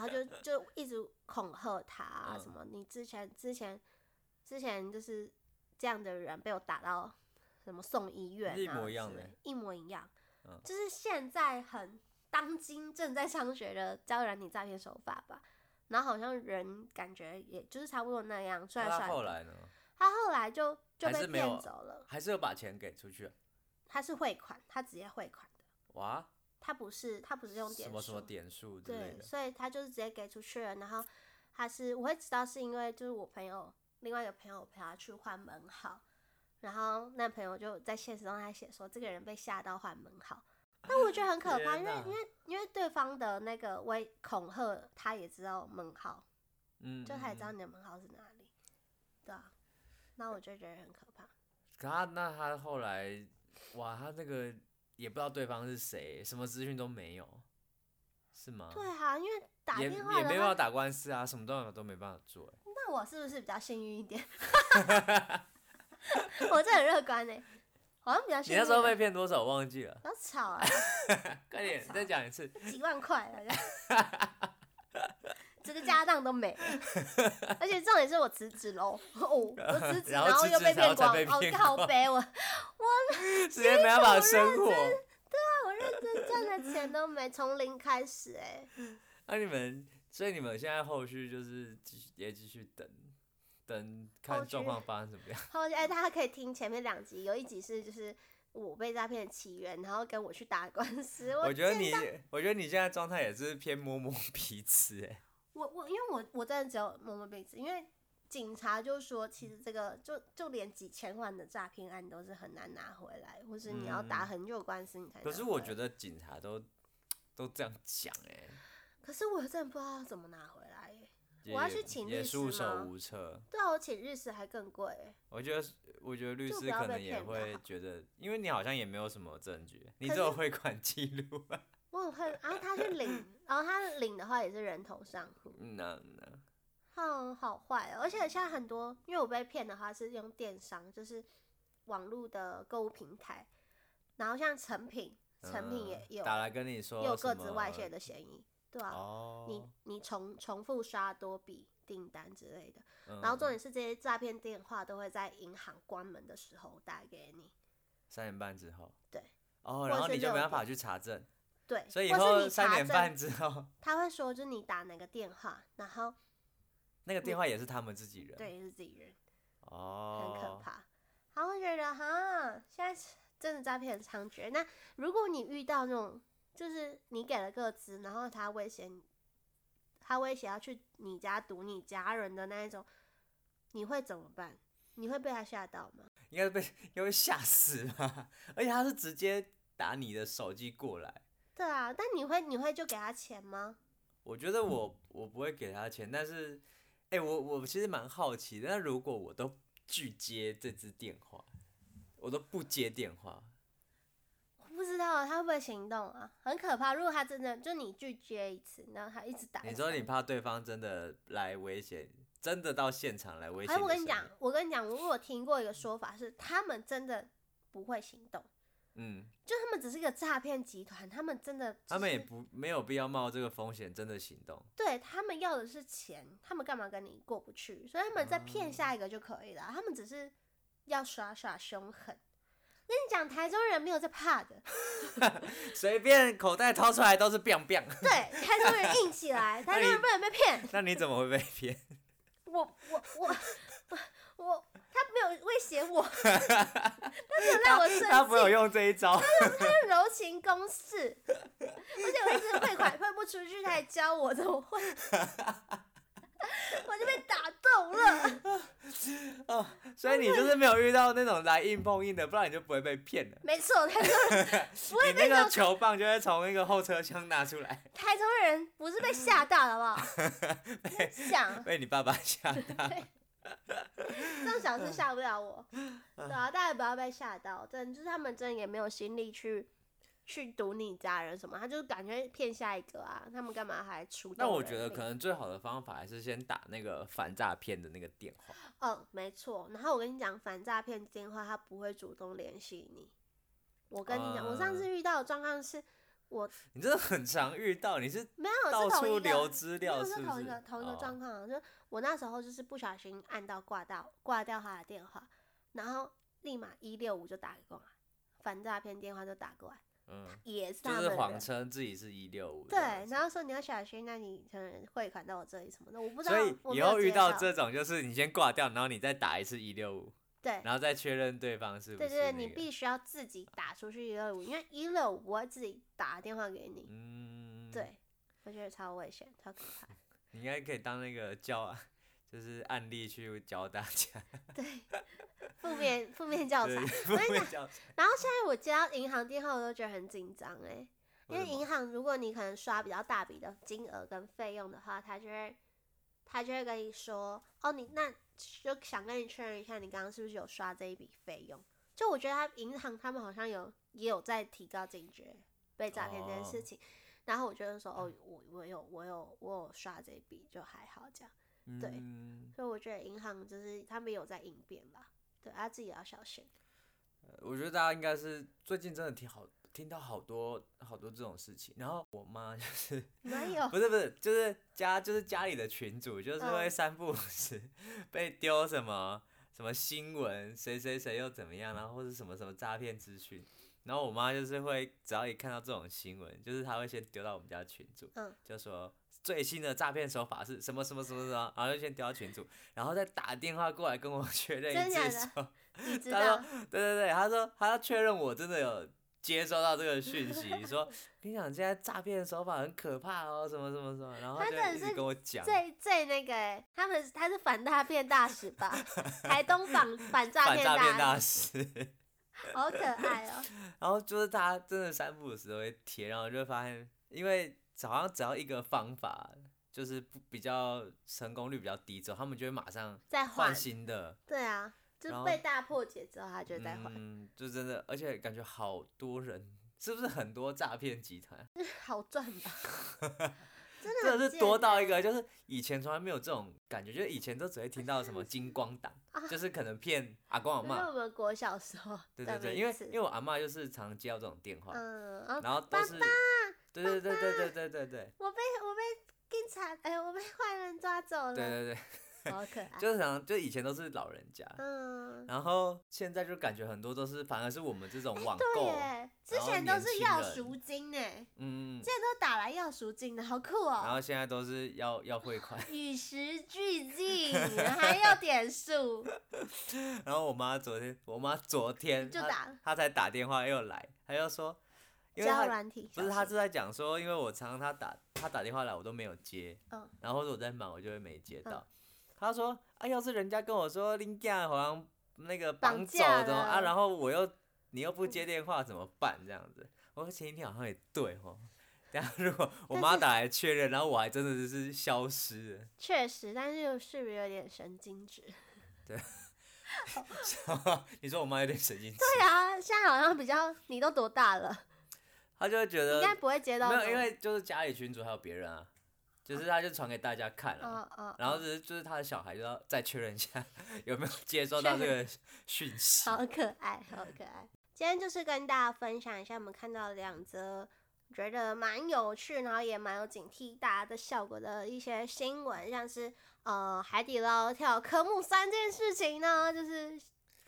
Speaker 2: 后就就一直恐吓他啊，
Speaker 1: 嗯
Speaker 2: 什么你之前之前之前就是这样的人被我打到什么送医院、啊，
Speaker 1: 一模一样
Speaker 2: 之类
Speaker 1: 的欸
Speaker 2: 一模一样。
Speaker 1: 嗯
Speaker 2: 就是现在很当今正在猖獗的交友软体诈骗手法吧。然后好像人感觉也就是差不多那样，帅
Speaker 1: 那
Speaker 2: 帅
Speaker 1: 他
Speaker 2: 的。
Speaker 1: 后来呢？
Speaker 2: 他后来就就
Speaker 1: 还
Speaker 2: 被
Speaker 1: 是没有
Speaker 2: 骗走了，
Speaker 1: 还是有把钱给出去啊？
Speaker 2: 他是汇款，他直接汇款的，
Speaker 1: 哇，
Speaker 2: 他不是他不是用
Speaker 1: 什
Speaker 2: 点数。
Speaker 1: 么什么点数之类
Speaker 2: 对，
Speaker 1: 的，
Speaker 2: 所以他就是直接给出去了。然后他是我会知道是因为就是我朋友另外一个朋友陪他去换门号，然后那朋友就在现实中他写说这个人被吓到换门号，但我觉得很可
Speaker 1: 天
Speaker 2: 怕，因为
Speaker 1: 哪
Speaker 2: 因为因为对方的那个威恐吓他也知道门号，
Speaker 1: 嗯，
Speaker 2: 就他也知道
Speaker 1: 嗯。嗯
Speaker 2: 你的门号是哪里，对啊，那我就觉得很可怕。
Speaker 3: 可他那他后来，哇，他那个也不知道对方是谁，什么资讯都没有，是
Speaker 1: 嗯
Speaker 3: 吗？
Speaker 2: 对啊，因为打
Speaker 3: 也
Speaker 2: 电话
Speaker 3: 也
Speaker 2: 的
Speaker 3: 没办法
Speaker 2: 话，
Speaker 3: 打官司啊，什么都都没办法做、欸。
Speaker 2: 那我是不是比较幸运一点？ 我这很乐观呢、欸好像比较幸
Speaker 3: 你
Speaker 2: 运一点。
Speaker 3: 那时候被骗多少？我忘记 了，
Speaker 2: 不要吵啊！
Speaker 3: 快点
Speaker 2: 少
Speaker 3: 再讲一 次。
Speaker 2: 几万块啊了， 整个家当都没了。而且重点是我辞职喽，哦，我辞职，
Speaker 3: 然后
Speaker 2: 然后
Speaker 3: 辞
Speaker 2: 又
Speaker 3: 职
Speaker 2: 被
Speaker 3: 然后才
Speaker 2: 骗光，
Speaker 3: 被
Speaker 2: 哦
Speaker 3: 骗，
Speaker 2: 靠
Speaker 3: 光
Speaker 2: 背我，
Speaker 3: 直接没办法生活。
Speaker 2: 我认真赚的钱都没，从零开始哎、
Speaker 3: 那你们，所以你们现在后续就是继续也继续等，等
Speaker 2: 后
Speaker 3: 看
Speaker 2: 续
Speaker 3: 状况发生怎么样。
Speaker 2: 然后哎、大家可以听前面两集，有一集是就是我被诈骗的起源，然后跟我去打官司。我
Speaker 1: 我觉得你，我觉得你现在状态也是偏 摸摸彼此、
Speaker 2: 哎
Speaker 1: 欸，
Speaker 2: 我我因为我我真的只有摸摸鼻子，因为警察就说，其实这个就就连几千万的诈骗案都是很难拿回来，或是你要打
Speaker 1: 嗯
Speaker 2: 很久官司你才、
Speaker 1: 可是我觉得
Speaker 2: 得，
Speaker 1: 警察都都这样讲、欸，
Speaker 2: 可是我真的不知道要怎么拿回来耶。
Speaker 1: 也
Speaker 2: 我要去请
Speaker 1: 也
Speaker 2: 律师
Speaker 1: 束
Speaker 2: 吗
Speaker 1: 手无策。
Speaker 2: 对啊，我请律师还更贵耶，
Speaker 1: 我觉得，我觉得律
Speaker 2: 就不
Speaker 1: 师
Speaker 2: 要
Speaker 1: 可
Speaker 2: 被
Speaker 1: 能也
Speaker 2: 骗吧
Speaker 1: 会觉得，因为你好像也没有什么证据，你
Speaker 2: 可
Speaker 1: 只有
Speaker 2: 是
Speaker 1: 汇款记录 啊。
Speaker 2: 我很恨。然后他去领，然后他领的话也是人头账户，
Speaker 1: 那那
Speaker 2: 哼，好坏哦。而且现在很多，因为我被骗的话是用电商，就是网络的购物平台，然后像成品，成品也
Speaker 1: 嗯
Speaker 2: 也有
Speaker 1: 打来跟你说
Speaker 2: 也有
Speaker 1: 什
Speaker 2: 各自外
Speaker 1: 么
Speaker 2: 泄的嫌疑，对啊。
Speaker 1: 哦，
Speaker 2: 你你重重复刷多笔订单之类的，
Speaker 1: 嗯
Speaker 2: 然后重点是这些诈骗电话都会在银行关门的时候打给你，
Speaker 1: 三点半之后，
Speaker 2: 对，
Speaker 1: 哦，
Speaker 2: 者
Speaker 1: 然后
Speaker 2: 是
Speaker 1: 你就没
Speaker 2: 六
Speaker 1: 办法
Speaker 2: 点
Speaker 1: 去查证，
Speaker 2: 对，
Speaker 1: 所以以
Speaker 2: 或是
Speaker 1: 后
Speaker 2: 你
Speaker 1: 三
Speaker 2: 查
Speaker 1: 点
Speaker 2: 证，
Speaker 1: 半嗯之后，
Speaker 2: 他会说就是你打哪个电话，然后
Speaker 1: 那个电话也是他们自己人，，
Speaker 2: 嗯对是自己人，很
Speaker 1: 哦，
Speaker 2: 可怕。然后我觉得哈，现在是真的诈骗很猖獗。那如果你遇到那种就是你给了个资，然后他威胁你，他威胁要去你家堵你家人的那一种，你会怎么办？你会被他吓到吗？
Speaker 1: 应该是被应该会吓死吧？ 而且他是直接打你的手机过来，
Speaker 2: 对啊，但你会你会就给他钱吗？
Speaker 1: 我觉得我我不会给他钱，但是，哎、我我其实蛮好奇的，那如果我都拒接这支电话，我都不接电话，
Speaker 2: 我不知道他会不会行动啊，很可怕。如果他真的就你拒绝一次，然后他一直打，
Speaker 1: 你
Speaker 2: 一直
Speaker 1: 说
Speaker 2: 打
Speaker 1: 你怕对方真的来威胁，真的到现场来威胁？
Speaker 2: 哎，我跟你讲，，我跟你讲，我有听过一个说法是，他们真的不会行动，
Speaker 1: 嗯，
Speaker 2: 就他们只是一个诈骗集团，他们真的只
Speaker 1: 他们也
Speaker 2: 是
Speaker 1: 不没有必要冒这个风险，真的行动。
Speaker 2: 对他们要的是钱，他们干嘛跟你过不去？所以他们再骗
Speaker 1: 哦
Speaker 2: 下一个就可以了，他们只是要耍耍凶狠。跟你讲，台中人没有在怕的，
Speaker 1: 随便口袋掏出来都是 biang biang，
Speaker 2: 对，台中人硬起来，
Speaker 1: 哎
Speaker 2: 台中人不能被骗。
Speaker 1: 那你怎么会被骗？
Speaker 2: 我我我我我，他没有威胁我， 他没 有让我生气，
Speaker 1: 他没有用这一招，
Speaker 2: 他 柔情攻势，而且我一直汇款汇不出去，他还教我怎么汇，我就被打动了。
Speaker 1: 所以你就是没有遇到那种来硬碰硬的，不然你就不会被骗了。
Speaker 2: 没错，台中人 不会
Speaker 1: 你那
Speaker 2: 被那
Speaker 1: 个
Speaker 2: 种
Speaker 1: 球棒就会从那个后车厢拿出来，
Speaker 2: 台中人不是被吓到了，好 不好？ 想
Speaker 1: 被你爸爸吓到。
Speaker 2: 这种小事吓不 了我，对啊，大家不要被吓到，真的就是他们真的也没有心力去去堵你家人什么，他就是感觉骗下一个啊，他们干嘛还出？
Speaker 1: 那我觉得可，能最好的方法还是先打那个反诈骗的那个电话。
Speaker 2: 嗯，没错。然后我跟你讲，反诈骗电话他不会主动联系你。我跟你讲，我上
Speaker 1: 呃
Speaker 2: 次遇到的状况是
Speaker 1: 你真的很常遇到，你是
Speaker 2: 没有
Speaker 1: 到
Speaker 2: 哦是同
Speaker 1: 处
Speaker 2: 一
Speaker 1: 留
Speaker 2: 个，
Speaker 1: 资
Speaker 2: 没
Speaker 1: 料
Speaker 2: 有
Speaker 1: 是
Speaker 2: 是
Speaker 1: 不是？
Speaker 2: 同一个同一个状
Speaker 1: 哦
Speaker 2: 况啊，就我那时候就是不小心按到挂到挂掉他的电话，然后。立马一六五就打过来，反诈骗电话就打过来，
Speaker 3: 嗯，
Speaker 2: 也是
Speaker 3: 就
Speaker 2: 他们
Speaker 3: 是
Speaker 2: 的
Speaker 3: 谎称自己是一六五。
Speaker 2: 对，然后说你要小心，那你可能汇款到我这里什么的，我不知道
Speaker 1: 所以
Speaker 2: 我没
Speaker 1: 以
Speaker 2: 有
Speaker 1: 后遇
Speaker 2: 接
Speaker 1: 到这种，就是你先挂掉，然后你再打一次一六五，
Speaker 2: 对。
Speaker 1: 然后再确认对方是不
Speaker 2: 对
Speaker 1: 是、
Speaker 2: 对对，
Speaker 1: 那个。
Speaker 2: 你必须要自己打出去一六五，因为一六五我会自己打电话给你。
Speaker 1: 嗯，，
Speaker 2: 对，我觉得超危险，超可怕。
Speaker 1: 你应该可以当那个教，就是案例去教大家，
Speaker 2: 对， 负面负面教材。
Speaker 1: 对，
Speaker 2: 因
Speaker 1: 不会教。
Speaker 2: 然后现在我接到银行电话，我都觉得很紧张哎，因为
Speaker 1: 什么
Speaker 2: 银行如果你可能刷比较大笔的金额跟费用的话，他就会他就会跟你说，哦，你那就想跟你确认一下，你刚刚是不是有刷这一笔费用？就我觉得他银行他们好像有也有在提高警觉被诈骗这件事
Speaker 1: 哦
Speaker 2: 情。然后我就会说，哦，我我有我有我有刷这一笔，就还好这样。对
Speaker 1: 嗯
Speaker 2: 所以我觉得银行就是他们有在应变吧，对，他自己也要小心。
Speaker 1: 我觉得大家应该是最近真的听好听到好多好多这种事情，然后我妈就是
Speaker 2: 哪有？
Speaker 1: 不是不是就是家就是家里的群主就是会
Speaker 2: 嗯
Speaker 1: 三不五时被丢什么什么新闻，谁谁谁又怎么样，然后或是什么什么诈骗资讯，然后我妈就是会只要一看到这种新闻，就是她会先丢到我们家群主，
Speaker 2: 嗯，
Speaker 1: 就说最新的诈骗手法是什么什么什么什么，然后就先丢到群主，然后再打电话过来跟我 确认
Speaker 2: 真
Speaker 1: 一
Speaker 2: 假
Speaker 1: 次
Speaker 2: 的
Speaker 1: 说。
Speaker 2: 你知
Speaker 1: 他
Speaker 2: 道
Speaker 1: 说？对对对，他说他要确认我真的有接收到这个讯息， 说跟你讲现在诈骗手法很可怕哦，什么什么什么，然后
Speaker 2: 他
Speaker 1: 就
Speaker 2: 真的
Speaker 1: 一
Speaker 2: 是
Speaker 1: 直跟我讲，
Speaker 2: 最最那个、欸，他们他是反诈骗大使吧？台 东反反诈
Speaker 1: 反
Speaker 2: 骗
Speaker 1: 诈骗大
Speaker 2: 使，
Speaker 1: 师，
Speaker 2: 好可爱哦、
Speaker 1: 然后就是他真的三不五时都会贴，然后就会发现，因为好像只要一个方法就是不比较成功率比较低之后，他们就会马上
Speaker 2: 再
Speaker 1: 换
Speaker 2: 换，
Speaker 1: 新的，
Speaker 2: 对啊，
Speaker 1: 然
Speaker 2: 就
Speaker 1: 后
Speaker 2: 被大破解之后，他就再换，
Speaker 1: 嗯，就真的，而且感觉好多人，是不是很多诈骗集团？
Speaker 2: 好赚吧？真的
Speaker 1: 真
Speaker 2: 很
Speaker 1: 的是
Speaker 2: 贱
Speaker 1: 多到
Speaker 2: 欸
Speaker 1: 一个，就是以前从来没有这种感觉，就是以前都只会听到 什么金光党，
Speaker 2: 啊
Speaker 1: 就是可能骗阿公阿
Speaker 2: 就是我
Speaker 1: 妈，
Speaker 2: 们国小时候
Speaker 1: 对
Speaker 2: 的
Speaker 1: 对对，
Speaker 2: 名
Speaker 1: 因为
Speaker 2: 词
Speaker 1: 因为我阿妈就是常接到这种电话，
Speaker 2: 嗯，然后
Speaker 1: 然后都是，对对对对对对对对
Speaker 2: 我被我被警察，哎、我被坏人抓走了，
Speaker 1: 对对对，
Speaker 2: 好可爱，
Speaker 1: 就是常就以前都是老人家，
Speaker 2: 嗯。
Speaker 1: 然后现在就感觉很多都是反而是我们这种网
Speaker 2: 哎对
Speaker 1: 购，
Speaker 2: 耶，之
Speaker 1: 然后
Speaker 2: 前都
Speaker 1: 年
Speaker 2: 是
Speaker 1: 轻
Speaker 2: 要
Speaker 1: 人
Speaker 2: 赎金呢，现
Speaker 1: 嗯，
Speaker 2: 在都打来要赎金的，好酷哦、
Speaker 1: 然后现在都是要要汇款，
Speaker 2: 与时俱进，还要点数，
Speaker 1: 然后我妈昨天我妈昨天
Speaker 2: 就
Speaker 1: 她
Speaker 2: 打
Speaker 1: 她才打电话又来，她又说，因为
Speaker 2: 交
Speaker 1: 她
Speaker 2: 软体
Speaker 1: 不是，
Speaker 2: 小
Speaker 1: 他
Speaker 2: 心
Speaker 1: 是在讲说，因为我常常他打他打电话来，我都没有接，
Speaker 2: 嗯
Speaker 1: 然后或者我在忙，我就会没接到。他说啊，要是人家跟我说林家好像那个
Speaker 2: 绑
Speaker 1: 绑走
Speaker 2: 架
Speaker 1: 的哦啊，
Speaker 2: 了
Speaker 1: 然后我又你又不接电话怎么办？这样子，我说前一天好像也对哦。 等下如果我
Speaker 2: 但
Speaker 1: 妈
Speaker 2: 是
Speaker 1: 打来确认，然后我还真的是消失了。
Speaker 2: 确实，但是又是不是有点神经质？
Speaker 1: 你说我妈有点神经质，
Speaker 2: 对啊，现在好像比较，你都多大了，
Speaker 1: 她就会觉
Speaker 2: 应
Speaker 1: 得
Speaker 2: 该不会接到
Speaker 1: 呃没
Speaker 2: 那
Speaker 1: 有，
Speaker 2: 种。
Speaker 1: 因为就是家里群主还有别人啊，就是她就传给大家看了、
Speaker 2: 哦哦，
Speaker 1: 然后
Speaker 2: 哦
Speaker 1: 只是就是他的小孩就要再确认一下有没有接收到这个讯息。
Speaker 2: 好可爱，好可爱。今天就是跟大家分享一下我们看到的两则。觉得蛮有趣，然后也蛮有警惕大家的效果的一些新闻，像是呃海底捞跳科目三这件事情呢，就是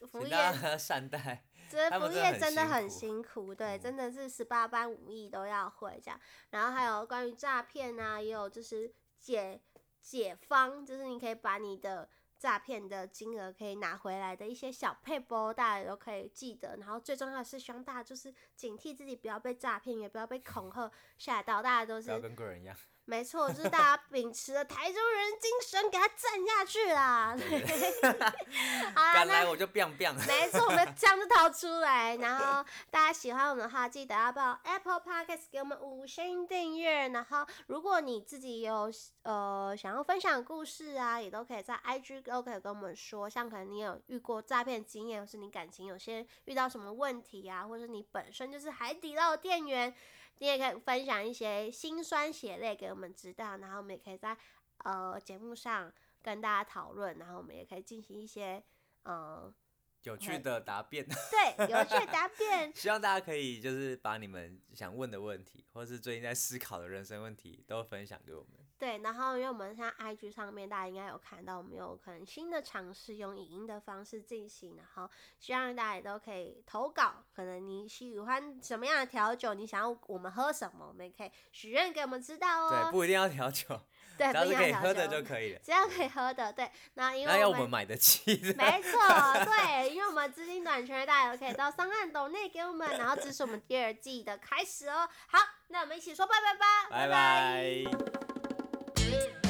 Speaker 2: 服务
Speaker 1: 请
Speaker 2: 业
Speaker 1: 大家 善待，
Speaker 2: 这
Speaker 1: 他
Speaker 2: 服
Speaker 1: 们
Speaker 2: 务
Speaker 1: 真的
Speaker 2: 业
Speaker 1: 很
Speaker 2: 真的
Speaker 1: 辛
Speaker 2: 很
Speaker 1: 苦
Speaker 2: 辛苦，对，
Speaker 1: 嗯
Speaker 2: 真的是十八般武艺都要会这样。然后还有关于诈骗啊，也有就是解解方，就是你可以把你的诈骗的金额可以拿回来的一些小配波，大家也都可以记得。然后最重要的是，希望大家就是警惕自己，不要被诈骗，也不要被恐吓吓到。大家都
Speaker 1: 不要
Speaker 2: 是
Speaker 1: 跟个人一样。
Speaker 2: 没错，就是大家秉持了台中人精神，给他站下去啦。 好啦，
Speaker 1: 敢
Speaker 2: 啊那
Speaker 1: 来我就 biang biang。
Speaker 2: 没错，我们这样就掏出来。然后大家喜欢我们的话，记得要报 Apple Podcast 给我们五星订阅。然后如果你自己有呃想要分享的故事啊，也都可以在 IG 都可以跟我们说。像可能你有遇过诈骗经验，或是你感情有些遇到什么问题啊，或是你本身就是海底捞的店员，你也可以分享一些辛酸血泪给我们知道。然后我们也可以在呃节目上跟大家讨论，然后我们也可以进行一些。呃，
Speaker 1: 有趣的答辩，。
Speaker 2: 对，有趣答辩
Speaker 1: 希望大家可以就是把你们想问的问题，或是最近在思考的人生问题，都分享给我们。
Speaker 2: 对，然后因为我们现在 IG 上面大家应该有看到，我们有可能新的尝试用影音的方式进行，然后希望大家也都可以投稿，可能你喜欢什么样的调酒，你想要我们喝什么，我们也可以许愿给我们知道
Speaker 1: 对，
Speaker 2: 哦。
Speaker 1: 不一定要调酒，
Speaker 2: 对，
Speaker 1: 只
Speaker 2: 不
Speaker 1: 要
Speaker 2: 一
Speaker 1: 是
Speaker 2: 定
Speaker 1: 可以
Speaker 2: 要
Speaker 1: 喝
Speaker 2: 调
Speaker 1: 的
Speaker 2: 酒
Speaker 1: 就可以了。
Speaker 2: 只要可以喝的，对。那因
Speaker 1: 那
Speaker 2: 为
Speaker 1: 要我
Speaker 2: 我们
Speaker 1: 们买得起的，
Speaker 2: 没错，对，因为我们资金短缺，大家也可以到三岸抖内给我们，然后支持我们第二季的开始哦。好，那我们一起说拜拜吧，
Speaker 1: 拜
Speaker 2: 拜
Speaker 1: 拜